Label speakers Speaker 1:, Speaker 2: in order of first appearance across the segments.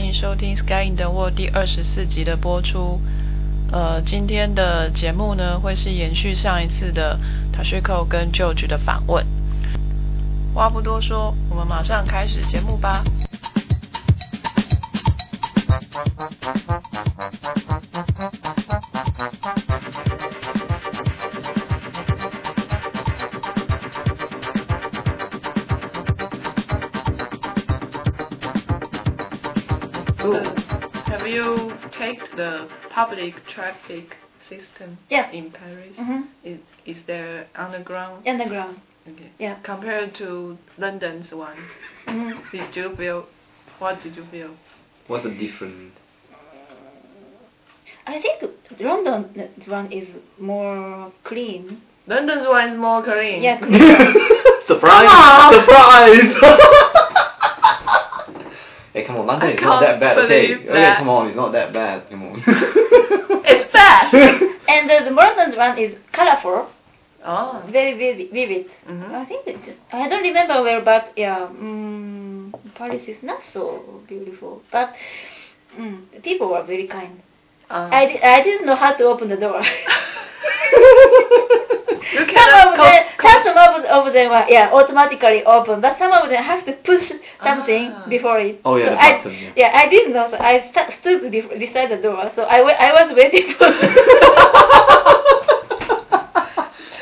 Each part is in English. Speaker 1: 迎收听《Sky in the World》第二十四集的播出。呃，今天的节目呢，会是延续上一次的 Tashiko 跟 George 的访问。话不多说，我们马上开始节目吧。Have you checked the public traffic system
Speaker 2: Yeah.
Speaker 1: in Paris?
Speaker 2: Mm-hmm.
Speaker 1: Is, is there underground?
Speaker 2: Underground.
Speaker 1: Okay.
Speaker 2: Yeah.
Speaker 1: Compared to London's one,
Speaker 2: Mm-hmm.
Speaker 1: did you feel? What did you feel?
Speaker 3: What's the difference?
Speaker 2: I think London one is more clean.
Speaker 1: London's one is more clean.
Speaker 2: Yeah, clean.
Speaker 3: surprise!
Speaker 2: Come on.
Speaker 3: Surprise! hey, come on, London
Speaker 1: I
Speaker 3: is not
Speaker 1: can't
Speaker 3: that bad. Okay,
Speaker 1: believe
Speaker 3: okay,
Speaker 1: that.
Speaker 3: come on, it's not that bad. Come on.
Speaker 1: It's bad.
Speaker 2: and uh, the London one is colorful,
Speaker 1: oh.
Speaker 2: very vivid. vivid.
Speaker 1: Mm-hmm.
Speaker 2: I think it, I don't remember well, but yeah, mm, Paris is not so beautiful, but mm, the people were very kind.
Speaker 1: Uh,
Speaker 2: I, di- I didn't know how to open the door.
Speaker 1: You
Speaker 2: some
Speaker 1: cannot
Speaker 2: of
Speaker 1: com-
Speaker 2: them,
Speaker 1: com-
Speaker 2: some of, of them are yeah automatically open, but some of them have to push something
Speaker 1: Ah.
Speaker 2: before it.
Speaker 3: Oh,
Speaker 2: So
Speaker 3: yeah, the
Speaker 2: I,
Speaker 3: button, yeah.
Speaker 2: I didn't know. So I sta stood bef- beside the door, so I wa- I was waiting for.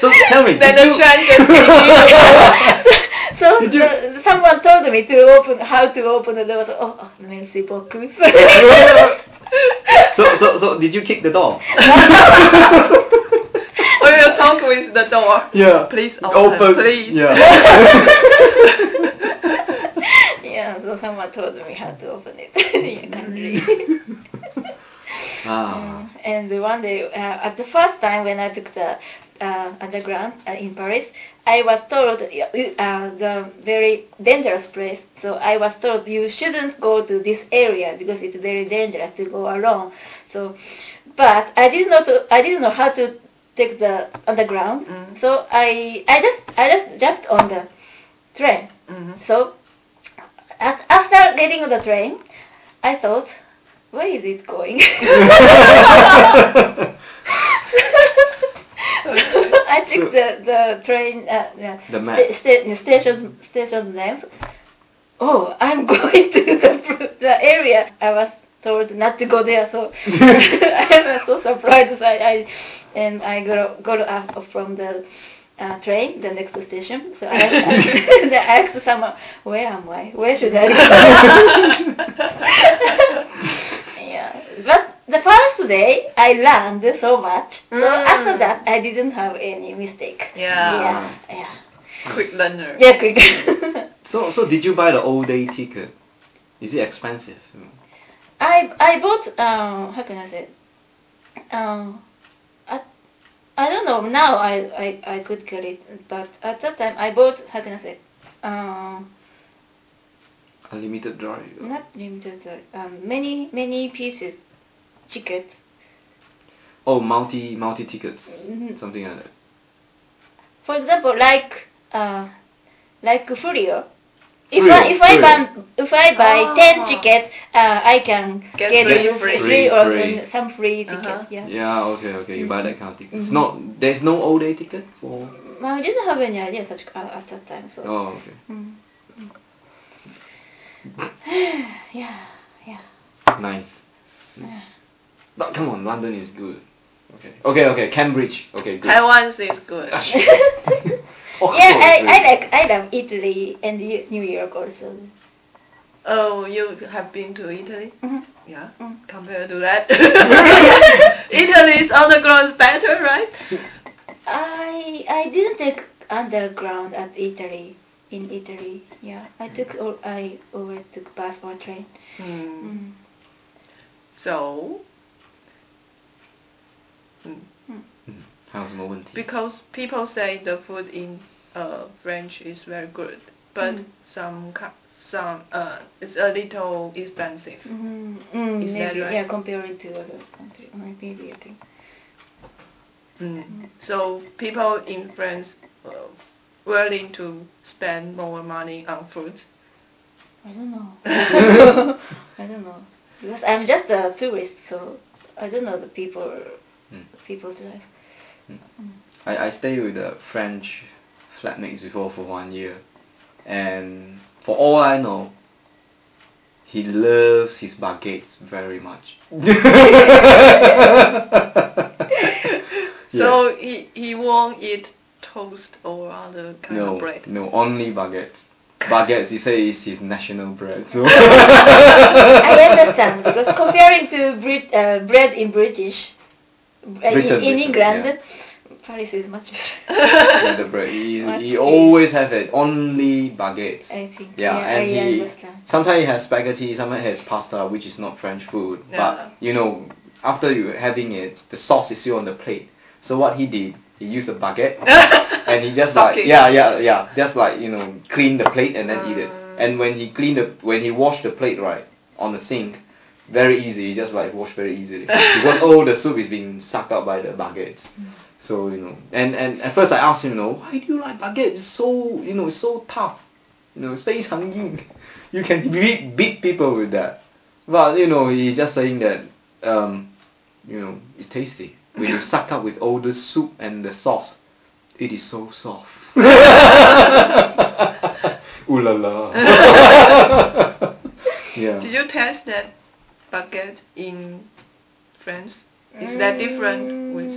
Speaker 3: so tell me,
Speaker 1: Then
Speaker 3: did
Speaker 1: the
Speaker 3: you-
Speaker 1: train just came
Speaker 2: so
Speaker 3: Did you-
Speaker 2: the, someone told me to open how to open the door. So, oh, oh, merci beaucoup.
Speaker 3: so, so, so, did you kick the door?
Speaker 1: we will talk with the door.
Speaker 3: yeah.
Speaker 1: Please open, please.
Speaker 2: yeah, so someone told me how to open it in your country.
Speaker 3: ah.
Speaker 2: Mm, and the one day, uh, at the first time when I took the uh, underground uh, in Paris, I was told uh, uh, the very dangerous place. So I was told you shouldn't go to this area because it's very dangerous to go alone. So, but I didn't know to, I didn't know how to take the underground.
Speaker 1: Mm.
Speaker 2: So I I just I just jumped on the train.
Speaker 1: hmm
Speaker 2: So as, after getting on the train, I thought, where is it going? I took the, the train, uh, the,
Speaker 3: The map.
Speaker 2: sta- sta- station, station name. Oh, I'm going to the, the area. I was told not to go there, so I was so surprised. I, I and I got got up from the uh, train, the next station. So I, I, asked someone, "Where am I? Where should I go?" yeah, but the first day I learned so much. So
Speaker 1: Mm.
Speaker 2: after that, I didn't have any mistake.
Speaker 1: Yeah.
Speaker 2: yeah, yeah,
Speaker 1: Quick learner.
Speaker 2: yeah quick.
Speaker 3: so, so did you buy the all day ticket? Is it expensive?
Speaker 2: I I bought um how can I say it? um I I don't know now I I I could get it but at that time I bought how can I say it? um
Speaker 3: Unlimited drive.
Speaker 2: not limited uh, um many many pieces tickets
Speaker 3: Oh, multi multi tickets,
Speaker 2: Mhm.
Speaker 3: something like that.
Speaker 2: for example like uh like Furio. If
Speaker 3: Furio,
Speaker 2: I if I
Speaker 3: Furio.
Speaker 2: buy if I buy
Speaker 1: Ah.
Speaker 2: ten tickets, uh, I can
Speaker 1: Get
Speaker 2: get,
Speaker 1: free,
Speaker 2: a
Speaker 1: free.
Speaker 2: free or
Speaker 3: Free, free.
Speaker 2: some free ticket.
Speaker 1: Uh-huh.
Speaker 2: Yeah.
Speaker 3: Yeah, okay, okay. You buy that kind of ticket. It's
Speaker 2: Mhm.
Speaker 3: not. There's no all day ticket for.
Speaker 2: Well, I didn't have any idea such uh, at that time. So.
Speaker 3: Oh, okay.
Speaker 2: Mm. yeah, yeah.
Speaker 3: Nice.
Speaker 2: Yeah.
Speaker 3: But come on, London is good. Okay. Okay, okay. Cambridge. Okay, good.
Speaker 1: Taiwan is good.
Speaker 3: Oh,
Speaker 2: yeah,
Speaker 3: oh,
Speaker 2: I, I
Speaker 3: really?
Speaker 2: like I love Italy and Eu- New York also.
Speaker 1: Oh, you have been to Italy?
Speaker 2: Mhm.
Speaker 1: Yeah.
Speaker 2: Mm.
Speaker 1: Compared to that, Italy's underground is better, right?
Speaker 2: I I didn't take underground at Italy in Italy. Yeah, I took or I always took bus or train.
Speaker 1: Hmm.
Speaker 2: Mm.
Speaker 1: So, mm,
Speaker 3: Mm, 还有什么问题？
Speaker 1: because people say the food in uh, French is very good, but
Speaker 2: Mm.
Speaker 1: some co- some uh, it's a little expensive.
Speaker 2: Mm, mm,
Speaker 1: Mm-hmm. Is that
Speaker 2: maybe
Speaker 1: right?
Speaker 2: yeah, comparing to other country, maybe I think.
Speaker 1: Mm. So people in France uh, willing to spend more money on food.
Speaker 2: I don't know. I don't know because I'm just a tourist, so I don't know the people,
Speaker 3: Mm.
Speaker 1: Hmm.
Speaker 2: people's life.
Speaker 3: I, I stayed with a French flatmate before for one year, and for all I know, he loves his baguettes very much.
Speaker 1: So he he won't eat toast or other kind
Speaker 3: no,
Speaker 1: of bread.
Speaker 3: no, only baguettes. Baguettes, he says, is his national bread. So
Speaker 2: I understand because comparing to Brit- uh, bread in British, uh, in,
Speaker 3: Britain,
Speaker 2: in
Speaker 3: Britain,
Speaker 2: England,
Speaker 3: yeah.
Speaker 2: Paris is much better.
Speaker 3: with the bread, he,
Speaker 2: Must
Speaker 3: he
Speaker 2: be.
Speaker 3: always have it only baguettes.
Speaker 2: I think.
Speaker 3: Yeah, and
Speaker 2: I
Speaker 3: he
Speaker 2: understand.
Speaker 3: sometimes he has spaghetti, sometimes he has pasta, which is not French food.
Speaker 1: Yeah.
Speaker 3: But you know, after you having it, the sauce is still on the plate. So what he did, he used a baguette and he just
Speaker 1: Stuck
Speaker 3: like
Speaker 1: it.
Speaker 3: yeah yeah yeah, just like you know, clean the plate and then eat it.
Speaker 1: Mm.
Speaker 3: And when he clean the when he washed the plate right on the sink, very easy, he just like wash very easily because all the soup is being sucked up by the baguettes.
Speaker 1: Mm.
Speaker 3: So you know, and and at first I asked him, you know, why do you like baguette? It's so you know, it's so tough. You know, it's 非常硬. You can beat beat people with that. But you know, he's just saying that um, you know, it's tasty. When you suck up with all the soup and the sauce, it is so soft. Ooh la la.
Speaker 1: Did
Speaker 3: yeah.
Speaker 1: you taste that baguette in France? Is that different with?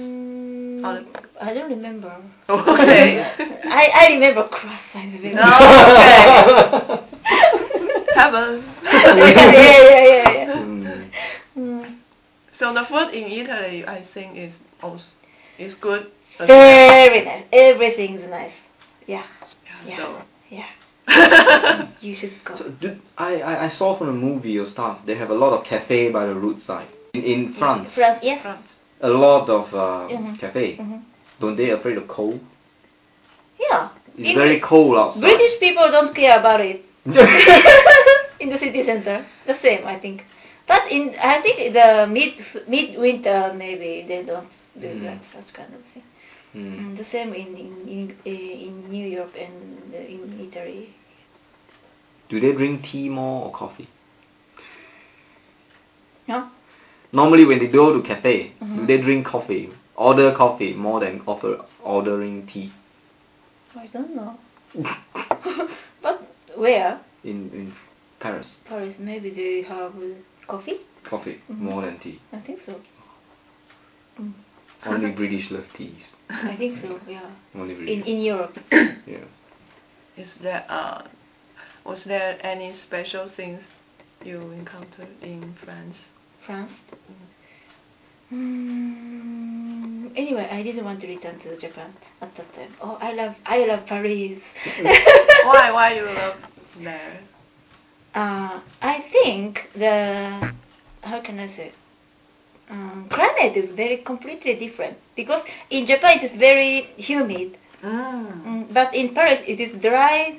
Speaker 1: other-
Speaker 2: I don't remember.
Speaker 1: Okay.
Speaker 2: I, I remember croissant. very well.
Speaker 1: Oh, Heaven.
Speaker 2: yeah, yeah, yeah, yeah.
Speaker 3: Mm.
Speaker 2: Mm.
Speaker 1: So the food in Italy, I think, is also is good. as well.
Speaker 2: Very nice. Everything's nice. Yeah,
Speaker 1: Yeah,
Speaker 2: yeah.
Speaker 1: So.
Speaker 2: You should go.
Speaker 3: So, did- I, I, I saw from a movie or stuff, they have a lot of cafe by the roadside. In, in France,
Speaker 2: France, yes.
Speaker 1: France.
Speaker 3: a lot of uh,
Speaker 2: Mhm.
Speaker 3: cafe.
Speaker 2: Mhm.
Speaker 3: Don't they afraid of cold?
Speaker 2: Yeah.
Speaker 3: It's
Speaker 2: In-
Speaker 3: very cold outside.
Speaker 2: British people don't care about it
Speaker 3: Hmm.
Speaker 2: in the city center. The same, I think. But in I think the mid midwinter maybe they don't do
Speaker 3: Mm.
Speaker 2: that such kind of thing.
Speaker 3: Mm.
Speaker 2: And the same in in in, in New York and in Italy.
Speaker 3: Do they drink tea more or coffee?
Speaker 2: No.
Speaker 3: Normally, when they go to cafe, do
Speaker 2: Mhm.
Speaker 3: they drink coffee? Order coffee more than offer ordering tea
Speaker 2: I don't know. but where?
Speaker 3: in in Paris.
Speaker 2: Paris maybe they have uh, coffee.
Speaker 3: Coffee
Speaker 2: Mhm.
Speaker 3: more than tea.
Speaker 2: I think so.
Speaker 3: Only British love teas.
Speaker 2: I think so. Yeah.
Speaker 3: Only
Speaker 2: In
Speaker 3: British.
Speaker 2: in E- Europe.
Speaker 3: yeah.
Speaker 1: Is there uh, was there any special things you encountered in France?
Speaker 2: France. Mm, anyway, I didn't want to return to Japan at that time. Oh, I love I love Paris.
Speaker 1: Why why you love there?
Speaker 2: Uh, I think the how can I say? Um, climate is very completely different because in Japan it is very humid,
Speaker 1: Mm.
Speaker 2: mm, but in Paris it is dry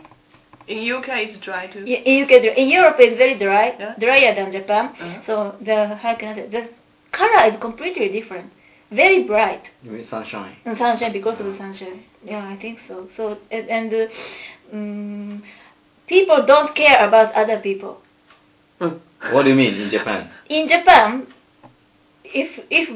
Speaker 1: In UK it's dry too.
Speaker 2: Y- in UK, dr- in Europe it's very dry,
Speaker 1: Yeah.
Speaker 2: drier than Japan.
Speaker 1: Uh-huh.
Speaker 2: So the how can I say the color is completely different, very bright
Speaker 3: You mean sunshine?
Speaker 2: and Mm, sunshine because of the sunshine. Yeah, I think so. So and, and uh, um, people don't care about other people.
Speaker 3: What do you mean in Japan?
Speaker 2: In Japan, if if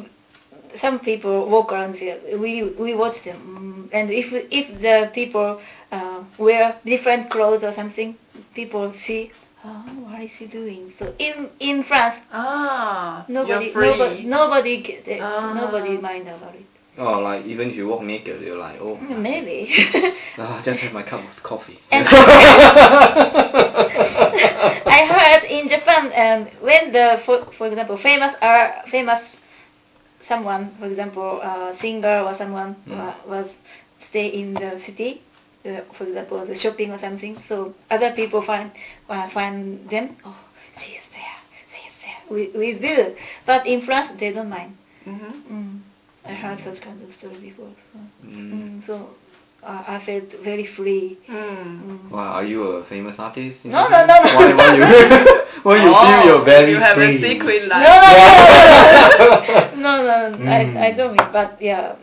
Speaker 2: some people walk around there, we we watch them, mm, and if if the people uh, wear different clothes or something, people see. Oh, what is he doing? So in in France,
Speaker 1: Ah,
Speaker 2: nobody
Speaker 1: you're free.
Speaker 2: nobody nobody ca- they-
Speaker 1: Ah.
Speaker 2: nobody mind about it.
Speaker 3: Oh, like even if you walk naked, you're like, oh,
Speaker 2: Mm, Maybe.
Speaker 3: Ah, just have my cup of coffee.
Speaker 2: and I heard in Japan, um, when the for, for example famous are famous someone, for example uh, singer or someone
Speaker 3: Mm.
Speaker 2: uh, was stay in the city, uh, for example the shopping or something. So other people find uh, find them. Oh, she's there, she's there. We we do, but in France they don't mind.
Speaker 1: hmm
Speaker 2: Mm. I heard such kind of story before. So,
Speaker 3: Mm.
Speaker 2: mm, so uh, I felt very free.
Speaker 1: Mm.
Speaker 2: Mm.
Speaker 3: Wow, are you a famous artist? in
Speaker 2: No,
Speaker 3: Japan?
Speaker 2: no, no, no.
Speaker 3: Why, why you, why you feel you're very
Speaker 1: Oh, You have
Speaker 3: free?
Speaker 1: a secret
Speaker 2: No,
Speaker 1: life.
Speaker 2: no,
Speaker 3: Yeah.
Speaker 2: no, no, no, no, no,
Speaker 3: Mm.
Speaker 2: I, I don't mean, but yeah,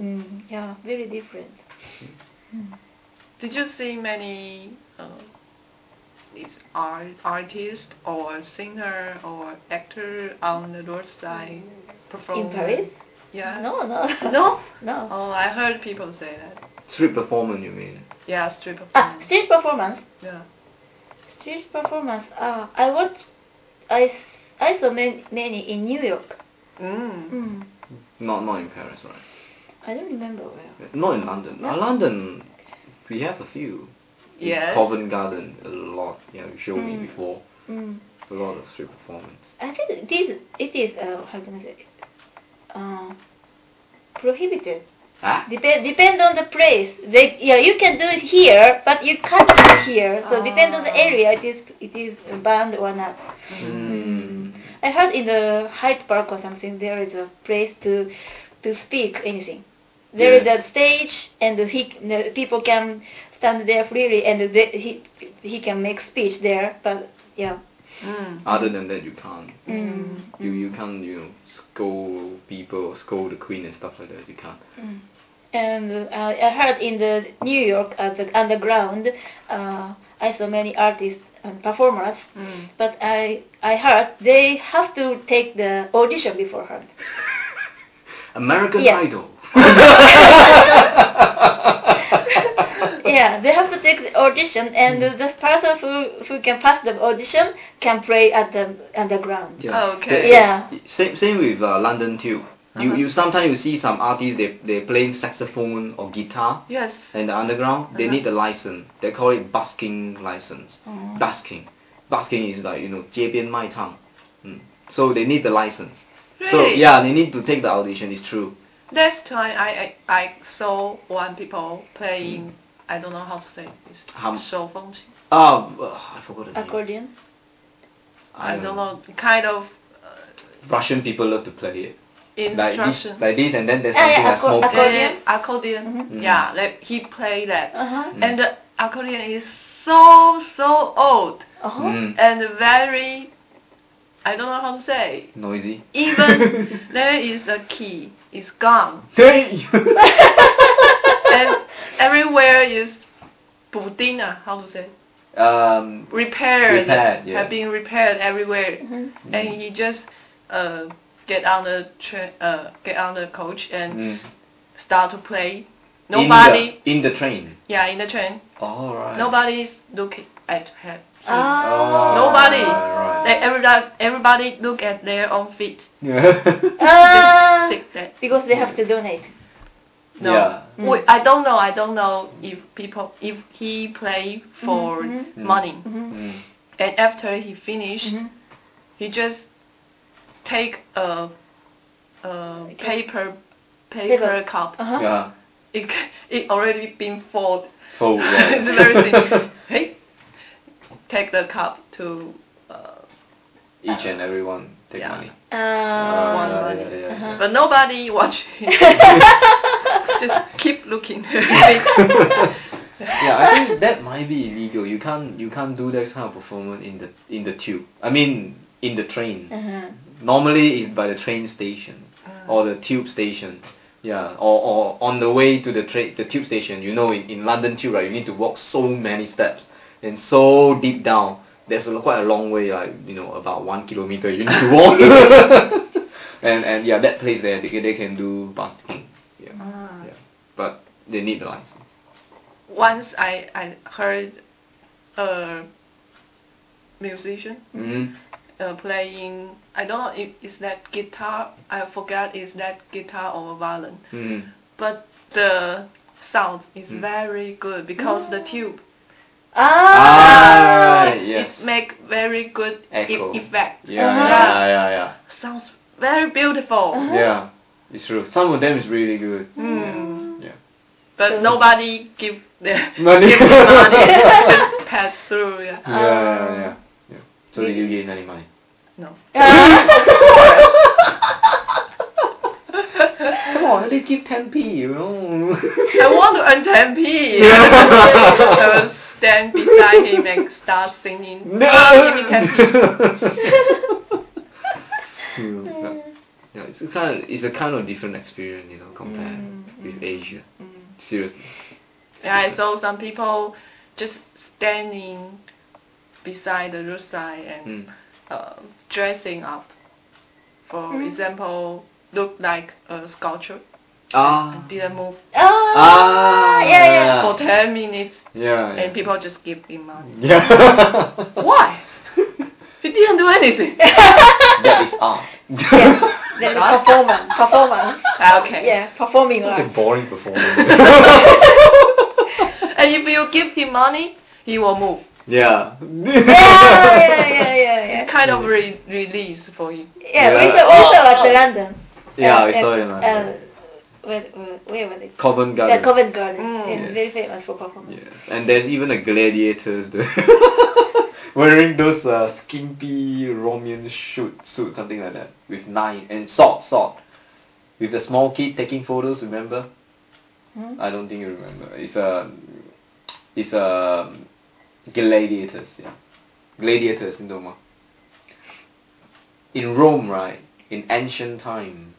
Speaker 2: mm, yeah, very different.
Speaker 1: Did you see many uh, is art, artist or singer or actor on the roadside perform?
Speaker 2: in Paris?
Speaker 1: Yeah.
Speaker 2: No, no.
Speaker 1: No?
Speaker 2: no.
Speaker 1: Oh, I heard people say that.
Speaker 3: Street performance, you mean?
Speaker 1: Yeah, street performance.
Speaker 2: Ah, street performance.
Speaker 1: Yeah.
Speaker 2: Street performance. Ah, I watched. I s- I saw many, many in New York.
Speaker 1: Mm.
Speaker 2: Mm.
Speaker 3: Not not in Paris, right?
Speaker 2: I don't remember where.
Speaker 3: Not in London. Uh, London, we have a few. In
Speaker 1: Yes. Hmm.
Speaker 3: Covent Garden, a lot. Yeah, you showed
Speaker 2: Mm.
Speaker 3: me before.
Speaker 2: Mm.
Speaker 3: A lot of street performance.
Speaker 2: I think it is. It is. Uh, how can I say? Uh, prohibited.
Speaker 3: Ah?
Speaker 2: Depend depend on the place. They, yeah, you can do it here, but you can't do it here. So depend on the
Speaker 1: Ah.
Speaker 2: area. It is it is banned or not.
Speaker 1: Hmm.
Speaker 3: Mm.
Speaker 2: I heard in the Hyde Park or something there is a place to to speak anything. There is
Speaker 3: Yes.
Speaker 2: a stage and the, he, the people can stand there freely and they, he he can make speech there. But yeah,
Speaker 1: Mm.
Speaker 3: Other than that, you can't.
Speaker 2: Mm.
Speaker 3: You
Speaker 1: Hmm.
Speaker 3: you can't you know, scold people, scold the queen and stuff like that. You can't.
Speaker 2: and uh, I heard in the New York at the underground, uh, I saw many artists and performers.
Speaker 1: Mm.
Speaker 2: But I I heard they have to take the audition beforehand.
Speaker 3: American
Speaker 2: Yeah.
Speaker 3: Idol.
Speaker 2: yeah, they have to take the audition, and
Speaker 3: Hmm.
Speaker 2: the person who who can pass the audition can play at the underground.
Speaker 3: Yeah.
Speaker 1: Oh, Okay.
Speaker 3: They-
Speaker 2: Yeah.
Speaker 3: Same same with uh, London too. You
Speaker 1: Uh-huh.
Speaker 3: you sometimes you see some artists they they playing saxophone or guitar
Speaker 1: Yes.
Speaker 3: in the underground. They
Speaker 1: Uh-huh.
Speaker 3: need the license. They call it busking license.
Speaker 2: Oh.
Speaker 3: Busking, busking is like you know 街边卖唱. Mm. So they need the license. So
Speaker 1: Really?
Speaker 3: yeah, they need to take the audition. It's true.
Speaker 1: Last time I, I I saw one people playing. I don't know how to say this.
Speaker 3: Hum.
Speaker 1: 手风琴.
Speaker 3: Ah, uh, I forgot the name.
Speaker 2: Accordion.
Speaker 1: I don't know. Kind of
Speaker 3: Russian people love to play it. Like this,
Speaker 1: instruction.
Speaker 3: like this, and then there's
Speaker 2: Ah, yeah,
Speaker 3: something like
Speaker 2: accord-
Speaker 3: small.
Speaker 1: Yeah,
Speaker 2: accord-
Speaker 1: yeah, accordion.
Speaker 3: Mhm.
Speaker 1: Yeah, like he played that.
Speaker 2: Uh huh.
Speaker 3: Mm.
Speaker 1: And the accordion is so so old
Speaker 2: Uh huh.
Speaker 3: Mm,
Speaker 1: and very. I don't know how to say.
Speaker 3: noisy.
Speaker 1: Even there is a key. It's gone.
Speaker 3: Hey!
Speaker 1: And everywhere is budina. How to say?
Speaker 3: um,
Speaker 1: repaired,
Speaker 3: Repaired, yeah. Mm.
Speaker 1: have been repaired everywhere.
Speaker 3: Hmm.
Speaker 2: Mhm.
Speaker 1: And he just uh, get on the train, uh, get on the coach and
Speaker 3: mm.
Speaker 1: start to play. Nobody,
Speaker 3: in the, in the train.
Speaker 1: yeah, in the train,
Speaker 3: All right.
Speaker 1: nobody is looking at him.
Speaker 2: Ah.
Speaker 1: Nobody.
Speaker 3: Oh. Right,
Speaker 1: Like everybody, everybody look at their own feet.
Speaker 3: Yeah.
Speaker 2: Ah.
Speaker 1: Just sit there.
Speaker 2: Because they have to donate. Hmm.
Speaker 1: No,
Speaker 3: Yeah.
Speaker 1: We-
Speaker 2: Mm-hmm.
Speaker 1: I don't know. I don't know if people if he play for
Speaker 2: Mhm,
Speaker 3: mhm.
Speaker 1: money.
Speaker 2: Mm-hmm.
Speaker 3: Mm.
Speaker 1: And after he finished,
Speaker 2: hmm
Speaker 1: he just take a, a paper paper
Speaker 2: Paper.
Speaker 1: cup.
Speaker 2: Uh huh.
Speaker 3: Yeah.
Speaker 1: It it already been folded.
Speaker 3: Full. Yeah.
Speaker 1: it's very thin. Hey, take the cup to uh,
Speaker 3: Each and everyone take
Speaker 1: Yeah.
Speaker 3: money.
Speaker 2: Uh,
Speaker 1: one
Speaker 3: yeah,
Speaker 1: money.
Speaker 3: yeah, yeah,
Speaker 2: Uh-huh.
Speaker 3: yeah.
Speaker 1: but nobody watch. just keep looking.
Speaker 3: Yeah, I think that might be illegal. You can't you can't do that kind of performance in the in the tube. I mean in the train.
Speaker 2: uh-huh.
Speaker 3: Normally it's by the train station or the tube station. Yeah, or, or on the way to the train the tube station. You know, in, in London tube, right? You need to walk so many steps and so deep down. There's a, quite a long way, like you know, about one kilometer. You need to walk. and and yeah, that place there, they, can- they can do busking. Yeah,
Speaker 1: Ah.
Speaker 3: yeah, but they need the license.
Speaker 1: Once I I heard a musician
Speaker 3: Mm-hmm.
Speaker 1: uh, playing. I don't know if is that guitar. I forgot is that guitar or violin.
Speaker 3: Mm-hmm.
Speaker 1: But the sound is
Speaker 3: Mm.
Speaker 1: very good because the tube
Speaker 2: Ah.
Speaker 3: right, Uh, yes.
Speaker 1: it make very good e-
Speaker 3: Echo.
Speaker 1: effect.
Speaker 3: Yeah,
Speaker 2: Uh-huh.
Speaker 3: yeah, yeah, yeah,
Speaker 1: sounds very beautiful.
Speaker 3: yeah. Yeah, it's true. Some of them is really good.
Speaker 1: Mm.
Speaker 3: Yeah.
Speaker 1: But nobody give their
Speaker 3: Money.
Speaker 1: give me money. Just pass through. Yeah.
Speaker 3: Yeah, yeah, yeah, yeah. So did you get any money?
Speaker 1: No.
Speaker 3: Come on, at least give 10p, you know.
Speaker 1: I want to earn 10 p.
Speaker 3: Yeah.
Speaker 1: I will stand beside him and start singing. Give me 10p.
Speaker 3: No! Hmm, yeah, yeah, it's, a kind of, it's a kind of different experience, you know, compared with Asia. Seriously.
Speaker 1: Yeah, I saw some people just standing beside the roadside and
Speaker 3: Mm.
Speaker 1: uh, dressing up. For
Speaker 2: Mm.
Speaker 1: example, look like a sculpture
Speaker 3: Ah.
Speaker 1: and didn't move
Speaker 2: Oh,
Speaker 3: Ah,
Speaker 2: yeah, yeah.
Speaker 3: Ah.
Speaker 1: for 10 minutes
Speaker 3: Yeah.
Speaker 1: and
Speaker 3: Yeah.
Speaker 1: people just give him money.
Speaker 3: yeah.
Speaker 1: Why? he didn't do anything.
Speaker 3: that is art.
Speaker 2: Then the performance, performance.
Speaker 1: Ah, okay.
Speaker 2: Yeah, performing
Speaker 3: Such a
Speaker 2: arts.
Speaker 3: boring performance.
Speaker 1: And if you give him money, he will move.
Speaker 3: yeah.
Speaker 2: Yeah, yeah, yeah, yeah, yeah.
Speaker 1: Kind of re- release for him.
Speaker 2: Yeah, we
Speaker 3: Yeah.
Speaker 2: saw, we saw at
Speaker 1: Oh.
Speaker 2: London.
Speaker 3: Yeah,
Speaker 2: Uh,
Speaker 3: I saw
Speaker 2: at,
Speaker 3: it.
Speaker 2: Uh,
Speaker 3: Uh,
Speaker 2: where, where, where was it?
Speaker 3: Covent Garden.
Speaker 2: The Covent Garden.
Speaker 1: Mm.
Speaker 2: Yeah,
Speaker 3: Yes.
Speaker 2: Very famous for performance.
Speaker 3: Yes, and there's even a gladiators there. Wearing those uh, skimpy Roman shoot suit, something like that, with knife and sword, sword. With the small kid taking photos, remember?
Speaker 2: Hmm?
Speaker 3: I don't think you remember. It's a, it's a gladiators, yeah, gladiators in Roma. In Rome, right? In ancient time,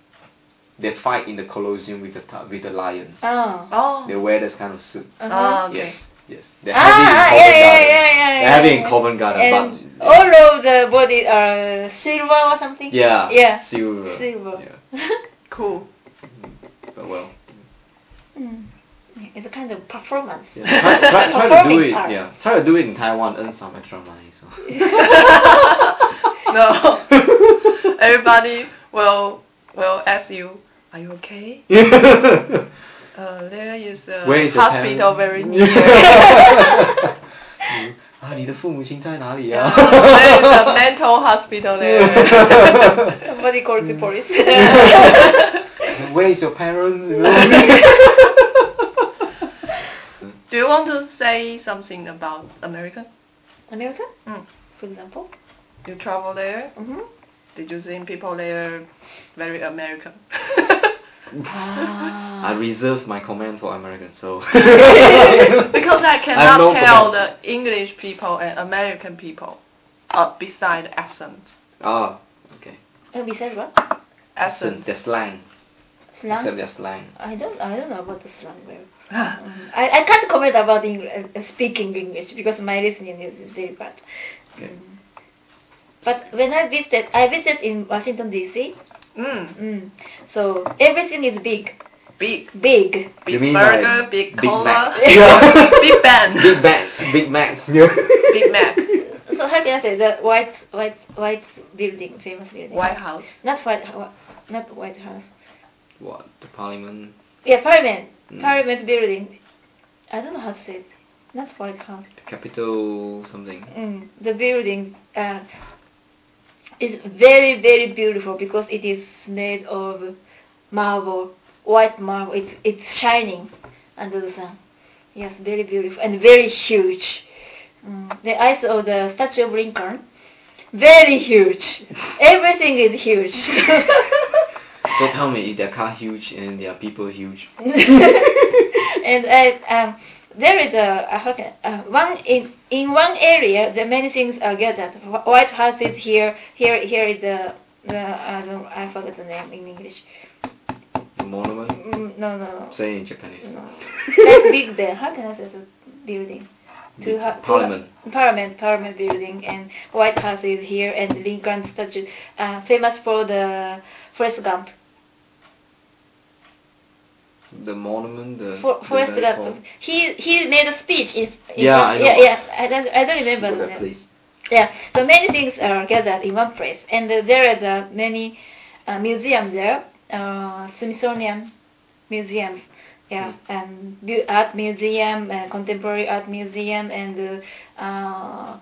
Speaker 3: they fight in the Colosseum with the ti- with the lions.
Speaker 2: Oh.
Speaker 1: Oh.
Speaker 3: They wear this kind of suit.
Speaker 2: Uh-huh.
Speaker 1: Ah, okay.
Speaker 3: Yes, yes. They have
Speaker 2: Ah,
Speaker 3: it in
Speaker 2: yeah,
Speaker 3: Covent
Speaker 2: yeah,
Speaker 3: Garden.
Speaker 2: yeah, yeah,
Speaker 3: They
Speaker 2: yeah,
Speaker 3: have it in
Speaker 2: yeah.
Speaker 3: Covent Garden,
Speaker 2: And
Speaker 3: but
Speaker 2: all of the body are silver or something.
Speaker 3: yeah,
Speaker 2: Yeah.
Speaker 3: silver,
Speaker 2: Silver.
Speaker 3: Yeah,
Speaker 1: Cool.
Speaker 3: but well,
Speaker 2: Mm. It's a kind of performance.
Speaker 3: yeah. try, try, try to do
Speaker 2: Performing
Speaker 3: it.
Speaker 2: art.
Speaker 3: Yeah, try to do it in Taiwan, earn some extra money. So.
Speaker 1: No. Everybody will will ask you, are you okay? Uh, there is a
Speaker 3: Where is your
Speaker 1: hospital
Speaker 3: parent?
Speaker 1: very near.
Speaker 3: Mm. 啊，你的父母亲在哪里啊？
Speaker 1: there is a mental hospital there.
Speaker 2: Somebody called
Speaker 3: Mm.
Speaker 2: the police.
Speaker 3: Where is your parents? You know?
Speaker 1: Do you want to say something about America?
Speaker 2: America,
Speaker 1: Mm.
Speaker 2: for example.
Speaker 1: You travel there?
Speaker 2: hmm
Speaker 3: Mm-hmm.
Speaker 1: Did you think people there very American?
Speaker 2: Ah.
Speaker 3: I reserve my comment for Americans. So
Speaker 1: because I
Speaker 3: have
Speaker 1: cannot
Speaker 3: no
Speaker 1: tell
Speaker 3: comment.
Speaker 1: the English people and American people, uh, beside accent,
Speaker 3: ah, okay.
Speaker 2: And besides what?
Speaker 1: accent.
Speaker 3: the slang,
Speaker 2: Slang.
Speaker 3: except their slang.
Speaker 2: I don't I don't know about the slang very um, I, I can't comment about English, uh, speaking English because my listening is, is very bad.
Speaker 3: Okay.
Speaker 2: Mm. But when I visited, I visited in Washington D.C.
Speaker 1: Mm,
Speaker 2: Mm. So everything is big,
Speaker 1: big,
Speaker 2: big.
Speaker 1: big
Speaker 3: You mean
Speaker 1: burger,
Speaker 3: like
Speaker 1: big
Speaker 3: Big
Speaker 1: cola,
Speaker 3: Mac? Yeah.
Speaker 1: big band,
Speaker 3: Big Macs, Big Macs.
Speaker 1: Big Mac,
Speaker 2: So how can I say the white white white building, famous building?
Speaker 1: White House.
Speaker 2: Not white, Ho- not White House.
Speaker 3: What the Parliament?
Speaker 2: Yeah, Parliament,
Speaker 3: Mm.
Speaker 2: Parliament building. I don't know how to say it. Not White House.
Speaker 3: The capital something.
Speaker 2: Mm, the building uh, is very very beautiful because it is made of marble, white marble. It's it's shining under the sun. Yes, very beautiful and very huge. Mm, the eyes of the Statue of Lincoln, very huge. Everything is huge.
Speaker 3: So tell me, is their car huge and their people huge?
Speaker 2: and I, um, there is a, a how can, uh, one in in one area the many things are gathered. Wh- White House is here. Here here is the the I don't I forgot the name in English.
Speaker 3: The monument?
Speaker 2: Mm, no no
Speaker 3: Say in Japanese.
Speaker 2: no. That big there. How can I say the building?
Speaker 3: Big
Speaker 2: ha-
Speaker 3: Parliament.
Speaker 2: Parliament, Parliament building, and White House is here, and Lincoln statue, uh, famous for the Forrest Gump.
Speaker 3: The monument. The.
Speaker 2: For,
Speaker 3: the
Speaker 2: Forrest
Speaker 3: very tall-
Speaker 2: Gump. He he made a speech. In, in
Speaker 3: Yeah, I know.
Speaker 2: yeah, yeah. I don't I don't remember
Speaker 3: Go
Speaker 2: the
Speaker 3: there,
Speaker 2: name.
Speaker 3: please.
Speaker 2: Yeah, so many things are gathered in one place, and uh, there is uh, many uh, museum there, uh, Smithsonian museums, yeah, and bu- art museum, uh, contemporary art museum, and uh, uh,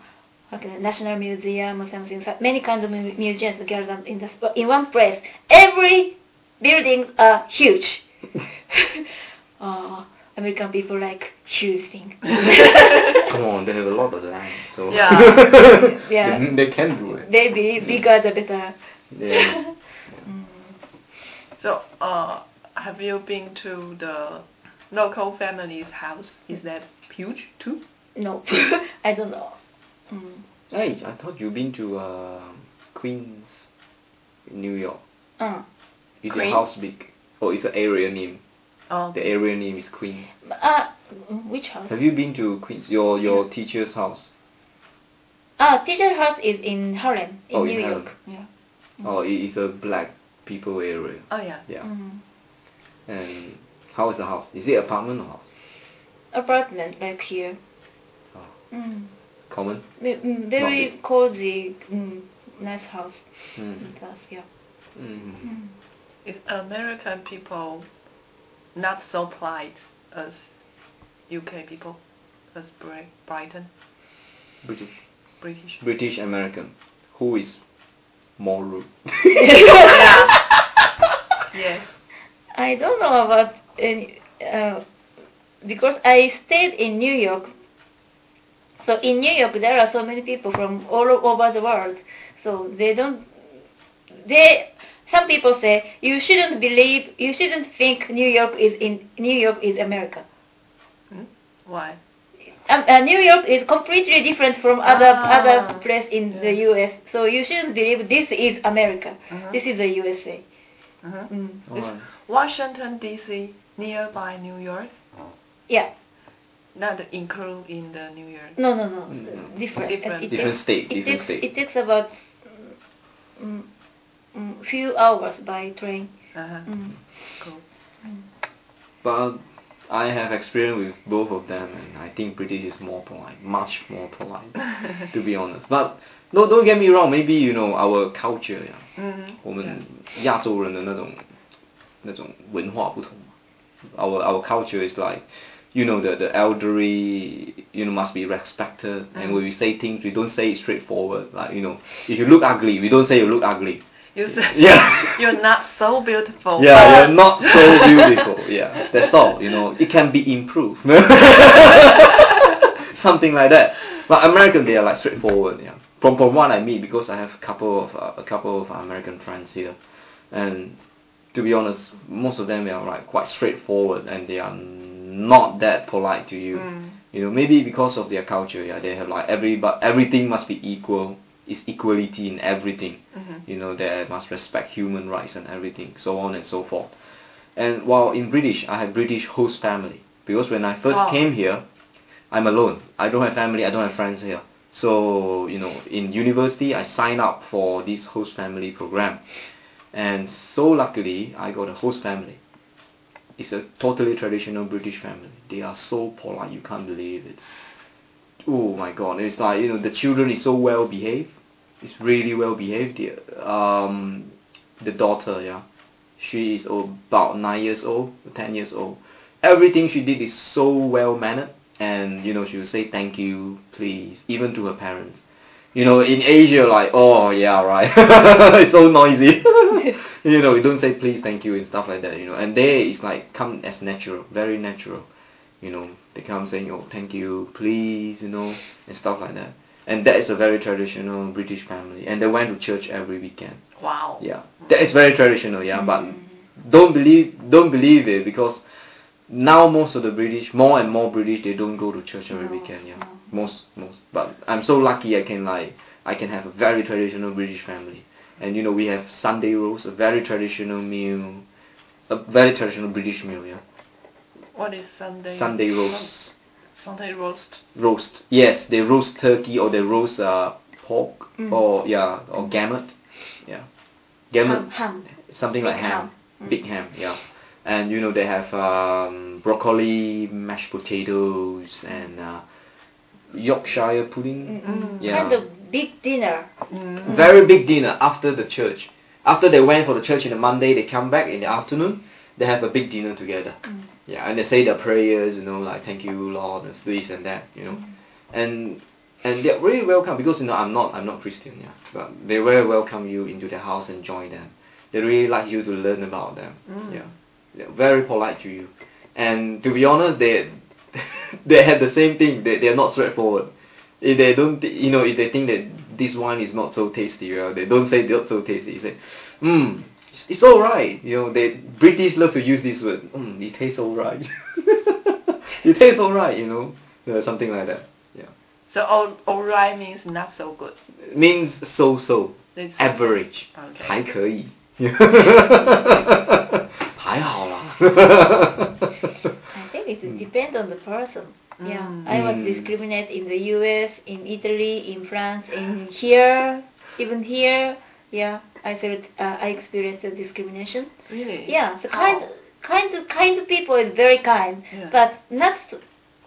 Speaker 2: okay, national museum or something. So many kinds of mu- museums gathered in the sp- in one place. Every buildings are huge. uh, American people like huge thing.
Speaker 3: Come on, they have a lot of land, so
Speaker 1: Yeah.
Speaker 2: Yeah.
Speaker 3: they, they can do it.
Speaker 2: They believe bigger the better.
Speaker 3: Yeah.
Speaker 1: So, uh, have you been to the local family's house? Is that huge too?
Speaker 2: No, I don't know. Mm.
Speaker 3: Hey, I thought you've been to uh, Queens, New York.
Speaker 2: Uh.
Speaker 3: Is your
Speaker 1: Queens?
Speaker 3: house big? Oh, it's an area name.
Speaker 1: Oh,
Speaker 3: The area name is Queens.
Speaker 2: Uh, which house?
Speaker 3: Have you been to Queens? Your your teacher's house.
Speaker 2: Oh, Teacher House is in Harlem, in
Speaker 3: Oh, in
Speaker 2: New
Speaker 3: Harlem.
Speaker 2: York. Yeah.
Speaker 3: Oh, it is a black people area.
Speaker 1: Oh yeah.
Speaker 3: Yeah.
Speaker 2: Mm.
Speaker 3: And how is the house? Is it apartment or house?
Speaker 2: Apartment like here.
Speaker 3: Oh.
Speaker 2: Mm.
Speaker 3: Common?
Speaker 2: Ve- mm, Very
Speaker 3: big.
Speaker 2: cozy, mm, nice house.
Speaker 3: Mm.
Speaker 2: It was, yeah.
Speaker 3: Mm.
Speaker 2: Mm.
Speaker 1: Is American people not so polite as UK people, as Bri- Brighton,
Speaker 3: British.
Speaker 1: British?
Speaker 3: British American. Who is more rude?
Speaker 1: Yes.
Speaker 2: I don't know about any, uh, because I stayed in New York. So in New York, there are so many people from all over the world. So they don't. They some people say you shouldn't believe, you shouldn't think New York is in New York is America.
Speaker 1: Hmm? Why?
Speaker 2: Um, uh, New York is completely different from other
Speaker 1: Ah,
Speaker 2: other place in the
Speaker 1: yes.
Speaker 2: U.S. So you shouldn't believe this is America.
Speaker 1: Mhm.
Speaker 2: This is the USA.
Speaker 1: Mhm.
Speaker 2: Mm.
Speaker 1: Is Washington D.C. nearby New York?
Speaker 2: Oh. Yeah.
Speaker 1: Not include in the New York.
Speaker 2: No, no, no.
Speaker 3: Mm.
Speaker 2: Different.
Speaker 1: Different.
Speaker 2: It
Speaker 3: Different
Speaker 2: takes-
Speaker 3: state,
Speaker 2: It
Speaker 3: different
Speaker 2: takes,
Speaker 3: state.
Speaker 2: It takes about mm, mm, few hours by train.
Speaker 1: Uh-huh.
Speaker 2: Mm.
Speaker 1: Cool.
Speaker 3: But I have experience with both of them, and I think British is more polite, much more polite,
Speaker 2: Mm.
Speaker 3: to be honest. But no, don't get me wrong. Maybe you know our culture, yeah,
Speaker 1: Mhm.
Speaker 3: 我们亚洲人的那种那种文化不同嘛。Our our culture is like. You know the the elderly, you know, must be respected. And when we say things, we don't say it straightforward. Like you know, if you look ugly, we don't say you look ugly.
Speaker 1: You say
Speaker 3: Yeah.
Speaker 1: you're not so beautiful.
Speaker 3: Yeah,
Speaker 1: Oh, but-
Speaker 3: you're not so beautiful. Yeah, that's all. You know, it can be improved. Something like that. But American, they are like straightforward. Yeah, from from what I mean, because I have a couple of uh, a couple of American friends here, and to be honest, most of them they are like quite straightforward, and they are not that polite to you.
Speaker 1: Mm.
Speaker 3: You know, maybe because of their culture, yeah, they have like every but everything must be equal. It's equality in everything
Speaker 1: Mhm.
Speaker 3: you know they must respect human rights and everything so on and so forth and while in british i have british host family because when i first
Speaker 1: Wow.
Speaker 3: came here i'm alone i don't have family i don't have friends here so you know in university i signed up for this host family program and so luckily i got a host family it's a totally traditional british family they are so polite you can't believe it oh my god it's like you know the children is so well behaved it's really well behaved the, um the daughter yeah she is about nine years old ten years old everything she did is so well mannered and you know she will say thank you please even to her parents you know in asia like oh yeah right it's so noisy you know you don't say please thank you and stuff like that you know and there it's like come as natural very natural you know, they come saying, oh, thank you, please, you know, and stuff like that. And that is a very traditional British family. And they went to church every weekend.
Speaker 1: Wow.
Speaker 3: Yeah, that is very traditional. Yeah,
Speaker 2: Mm.
Speaker 3: but don't believe don't believe it because now most of the British, more and more British, they don't go to church every
Speaker 2: No,
Speaker 3: weekend. Yeah,
Speaker 2: no.
Speaker 3: most most. But I'm so lucky I can like I can have a very traditional British family, and you know we have Sunday rolls, a very traditional meal, a very traditional British meal. Yeah,
Speaker 1: What is Sunday?
Speaker 3: Sunday roast.
Speaker 1: Sunday roast.
Speaker 3: roast. Yes, they roast turkey or they roast uh, pork
Speaker 2: Mm.
Speaker 3: or yeah or gamut. Yeah,
Speaker 2: Ham,
Speaker 3: gamut
Speaker 2: ham.
Speaker 3: something like
Speaker 2: Big
Speaker 3: ham,
Speaker 2: ham. Mm.
Speaker 3: big ham. Yeah, and you know they have um, broccoli, mashed potatoes, and uh, Yorkshire pudding.
Speaker 2: Mm,
Speaker 3: Yeah.
Speaker 2: Kind of big dinner.
Speaker 1: Mm.
Speaker 3: Very big dinner after the church. After they went for the church in the Monday, they come back in the afternoon. They have a big dinner together.
Speaker 2: Mm.
Speaker 3: Yeah, and they say their prayers, you know, like thank you Lord and this and that, you know, and and they're really welcome because you know I'm not I'm not Christian, yeah, but they very welcome you into their house and join them. They really like you to learn about them.
Speaker 1: Mm.
Speaker 3: Yeah, they're very polite to you, and to be honest, they they have the same thing. They they're not straightforward. If they don't, thi- you know, if they think that this wine is not so tasty, well, they don't say not so tasty. They say, hmm, it's- it's all right. You know, they British love to use this word. Mm, it tastes all right. it tastes all right. You know, Uh, something like that. Yeah,
Speaker 1: So all all right means not so good.
Speaker 3: means so so
Speaker 1: It's
Speaker 3: average，、
Speaker 1: Okay.
Speaker 3: 还可以，还好啦。
Speaker 2: I think It
Speaker 3: Mm.
Speaker 2: depends on the person. Yeah,
Speaker 1: Mm.
Speaker 2: I was
Speaker 3: Mm.
Speaker 2: discriminated in the U.S., in Italy, in France, in here, even here. Yeah, I felt uh, I experienced the discrimination.
Speaker 1: Really?
Speaker 2: Yeah, so
Speaker 1: How?
Speaker 2: kind, kind, kind people is very kind,
Speaker 1: Yeah.
Speaker 2: but not,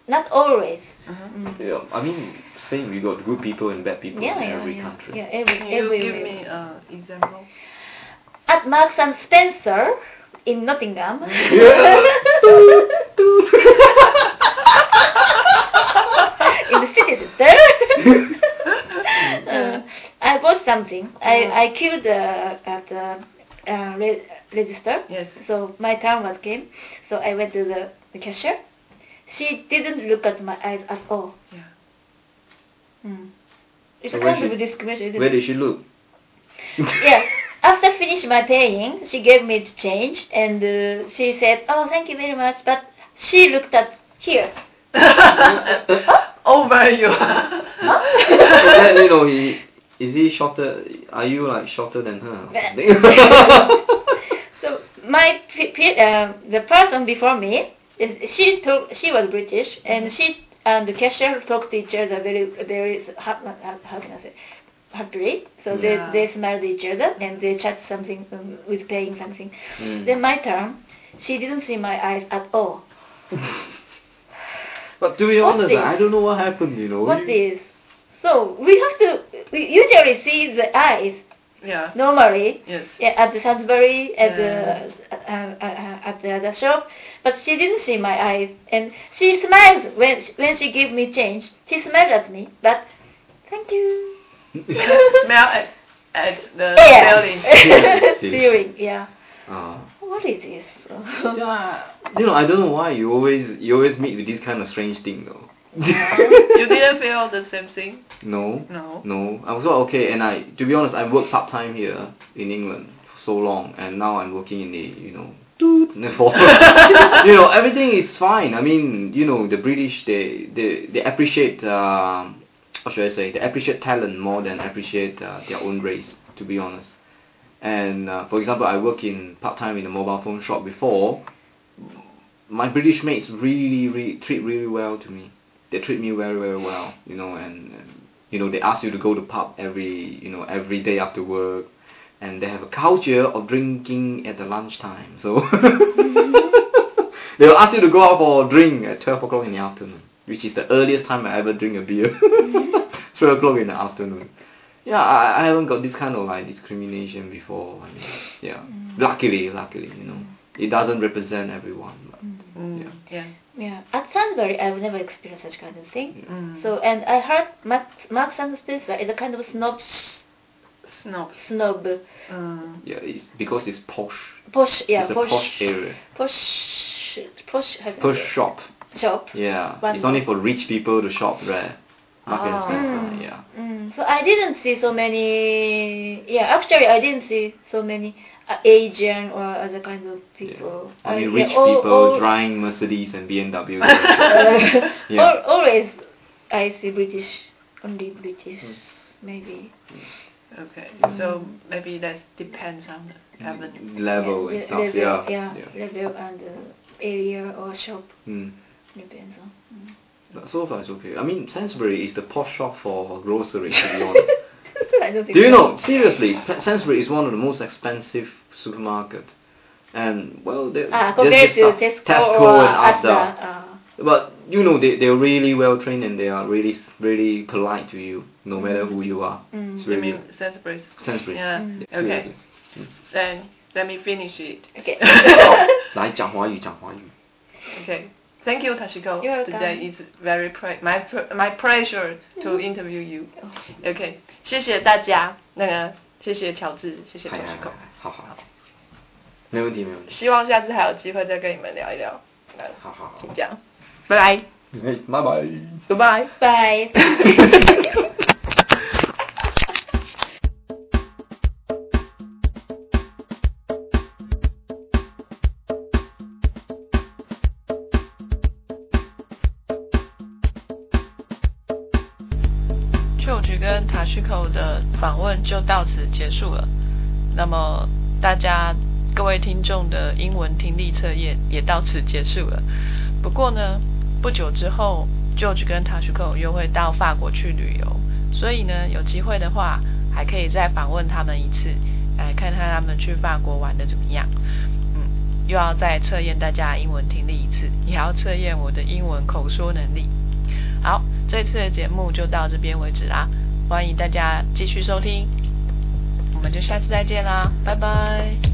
Speaker 2: not always.
Speaker 1: Uh-huh.
Speaker 2: Mm.
Speaker 3: Yeah, I mean, same. We got good people and bad people
Speaker 2: Yeah,
Speaker 3: in
Speaker 2: yeah,
Speaker 3: every
Speaker 2: yeah.
Speaker 3: country.
Speaker 2: Yeah, every,
Speaker 1: Can you give
Speaker 2: everywhere.
Speaker 1: me an example?
Speaker 2: At Marks and Spencer in Nottingham. in the city center. uh, I bought something.
Speaker 1: Yeah.
Speaker 2: I, I queued uh, at the uh, re- register.
Speaker 1: Yes.
Speaker 2: So my turn was came. So I went to the, the cashier. She didn't look at my eyes at all.
Speaker 1: Yeah.
Speaker 2: Mm. It's
Speaker 3: So where
Speaker 2: kind
Speaker 3: she-
Speaker 2: of discrimination. isn't
Speaker 3: Where
Speaker 2: it?
Speaker 3: did she look?
Speaker 2: yeah. After finish my paying, she gave me the change and uh, she said, "Oh, thank you very much." But she looked at here.
Speaker 1: Over you.
Speaker 3: then, you know, he is he shorter? Are you like shorter than her? or something?
Speaker 2: So my pe- pe- uh, the person before me, is she took she was British and she and the cashier talked to each other very very how, how, how can I say happily. So
Speaker 1: Yeah.
Speaker 2: they they smiled at each other and they chat something um, with paying something.
Speaker 3: Mm.
Speaker 2: Then my turn, she didn't see my eyes at all.
Speaker 3: but to be
Speaker 2: What's
Speaker 3: honest,
Speaker 2: this?
Speaker 3: I don't know what happened. You know.
Speaker 2: What
Speaker 3: You-
Speaker 2: is? So we have to. We usually see the eyes
Speaker 1: yeah.
Speaker 2: normally
Speaker 1: Yes.
Speaker 2: yeah, at the Sainsbury
Speaker 1: Yeah.
Speaker 2: at the uh, uh, uh, at the other shop, but she didn't see my eyes, and she smiled when when she gave me change. She smiled at me, but thank you.
Speaker 1: Smell at, at the building.
Speaker 3: Yes.
Speaker 2: Yeah,
Speaker 3: Yes.
Speaker 2: steering. Yeah.
Speaker 3: Ah.
Speaker 2: What is this?
Speaker 1: Yeah.
Speaker 3: you know, I don't know why you always you always meet with this kind of strange thing though.
Speaker 1: You didn't feel the same thing?
Speaker 3: no.
Speaker 1: No.
Speaker 3: No, I was not okay, and I, to be honest, I worked part time here in England for so long, and now I'm working in the, you know, toot, the for- you know, everything is fine. I mean, you know, the British, they, they, they appreciate, um what should I say, they appreciate talent more than appreciate uh, their own race, to be honest. And uh, for example, I work in part time in a mobile phone shop before. My British mates really, really treat really well to me. They treat me very, very well, you know, and, and you know they ask you to go to pub every you know every day after work, and they have a culture of drinking at the lunchtime. So they will ask you to go out for a drink at twelve o'clock in the afternoon, which is the earliest time I ever drink a beer. twelve o'clock in the afternoon. Yeah, I, I haven't got this kind of like discrimination before. I mean, yeah,
Speaker 2: Mm.
Speaker 3: luckily, luckily, you know, it doesn't represent everyone. But,
Speaker 1: Mm. Yeah.
Speaker 2: Yeah. At Sainsbury, I've never experienced such kind of thing.
Speaker 3: yeah.
Speaker 1: Mm.
Speaker 2: So and I heard Max Max and Spencer is a kind of snob
Speaker 1: snobs.
Speaker 2: snob
Speaker 1: Mm.
Speaker 3: yeah, it's because it's posh.
Speaker 2: posh yeah
Speaker 3: it's a
Speaker 2: posh
Speaker 3: posh area,
Speaker 2: posh posh how can I
Speaker 3: posh
Speaker 2: say?
Speaker 3: shop.
Speaker 2: shop.
Speaker 3: Yeah,
Speaker 2: One
Speaker 3: it's only for rich people to shop there. Mark and
Speaker 1: Ah.
Speaker 3: Spencer,
Speaker 2: Mm.
Speaker 3: yeah.
Speaker 2: Mm, so I didn't see so many. Yeah, actually, I didn't see so many uh, Asian or other kind of people.
Speaker 3: yeah. Only
Speaker 2: I-
Speaker 3: rich
Speaker 2: yeah, all-
Speaker 3: people
Speaker 2: all-
Speaker 3: driving Mercedes and BMW.
Speaker 2: all-
Speaker 3: yeah.
Speaker 2: always, I see British, only British,
Speaker 3: Hmm.
Speaker 2: maybe.
Speaker 1: Okay. So maybe that depends on
Speaker 3: Mm.
Speaker 1: the oven.
Speaker 3: Level
Speaker 2: yeah,
Speaker 3: and
Speaker 2: the
Speaker 3: stuff.
Speaker 2: level,
Speaker 3: yeah.
Speaker 2: yeah, level and uh, area or shop
Speaker 3: Mm.
Speaker 2: depends on. Mm.
Speaker 3: But so far it's okay. I mean, Sainsbury is the posh shop for groceries, to be honest.
Speaker 2: I don't think
Speaker 3: Do
Speaker 2: so.
Speaker 3: you know, seriously, P- Sainsbury is one of the most expensive supermarket. And, well, they,
Speaker 2: Ah,
Speaker 3: they
Speaker 2: compared
Speaker 3: just
Speaker 2: to
Speaker 3: start-
Speaker 2: Tesco,
Speaker 3: Tesco
Speaker 2: or
Speaker 3: and Asda.
Speaker 2: Asda, ah.
Speaker 3: But you know they they're really well trained and they are really really polite to you no matter who you are.
Speaker 2: Mm.
Speaker 3: It's
Speaker 1: You
Speaker 3: really
Speaker 1: mean Sainsbury's?
Speaker 3: Sainsbury.
Speaker 1: Yeah.
Speaker 2: Mm.
Speaker 1: Okay. Then let me finish it.
Speaker 2: Okay.
Speaker 3: 来讲华语，讲华语。
Speaker 1: Okay. Thank you, Tashiko.
Speaker 2: You're
Speaker 1: Today is very pre- my pr- my pleasure to interview you. Okay. 谢谢大家，那个谢谢乔治，谢谢 Tashiko。希望下次还有机会再跟你们聊一聊。那就这样，拜拜
Speaker 3: 哎 好好好，没问题没问题，好好好，拜拜。
Speaker 1: ，Goodbye。
Speaker 2: Bye.
Speaker 1: George 跟塔须口的访问就到此结束了。那么大家各位听众的英文听力测验也到此结束了。不过呢，不久之后，George 跟 Tashiko 又会到法国去旅游，所以呢，有机会的话，还可以再访问他们一次，来看看他们去法国玩的怎么样。嗯，又要再测验大家的英文听力一次，也要测验我的英文口说能力。好，这次的节目就到这边为止啦，欢迎大家继续收听，我们就下次再见啦，拜拜。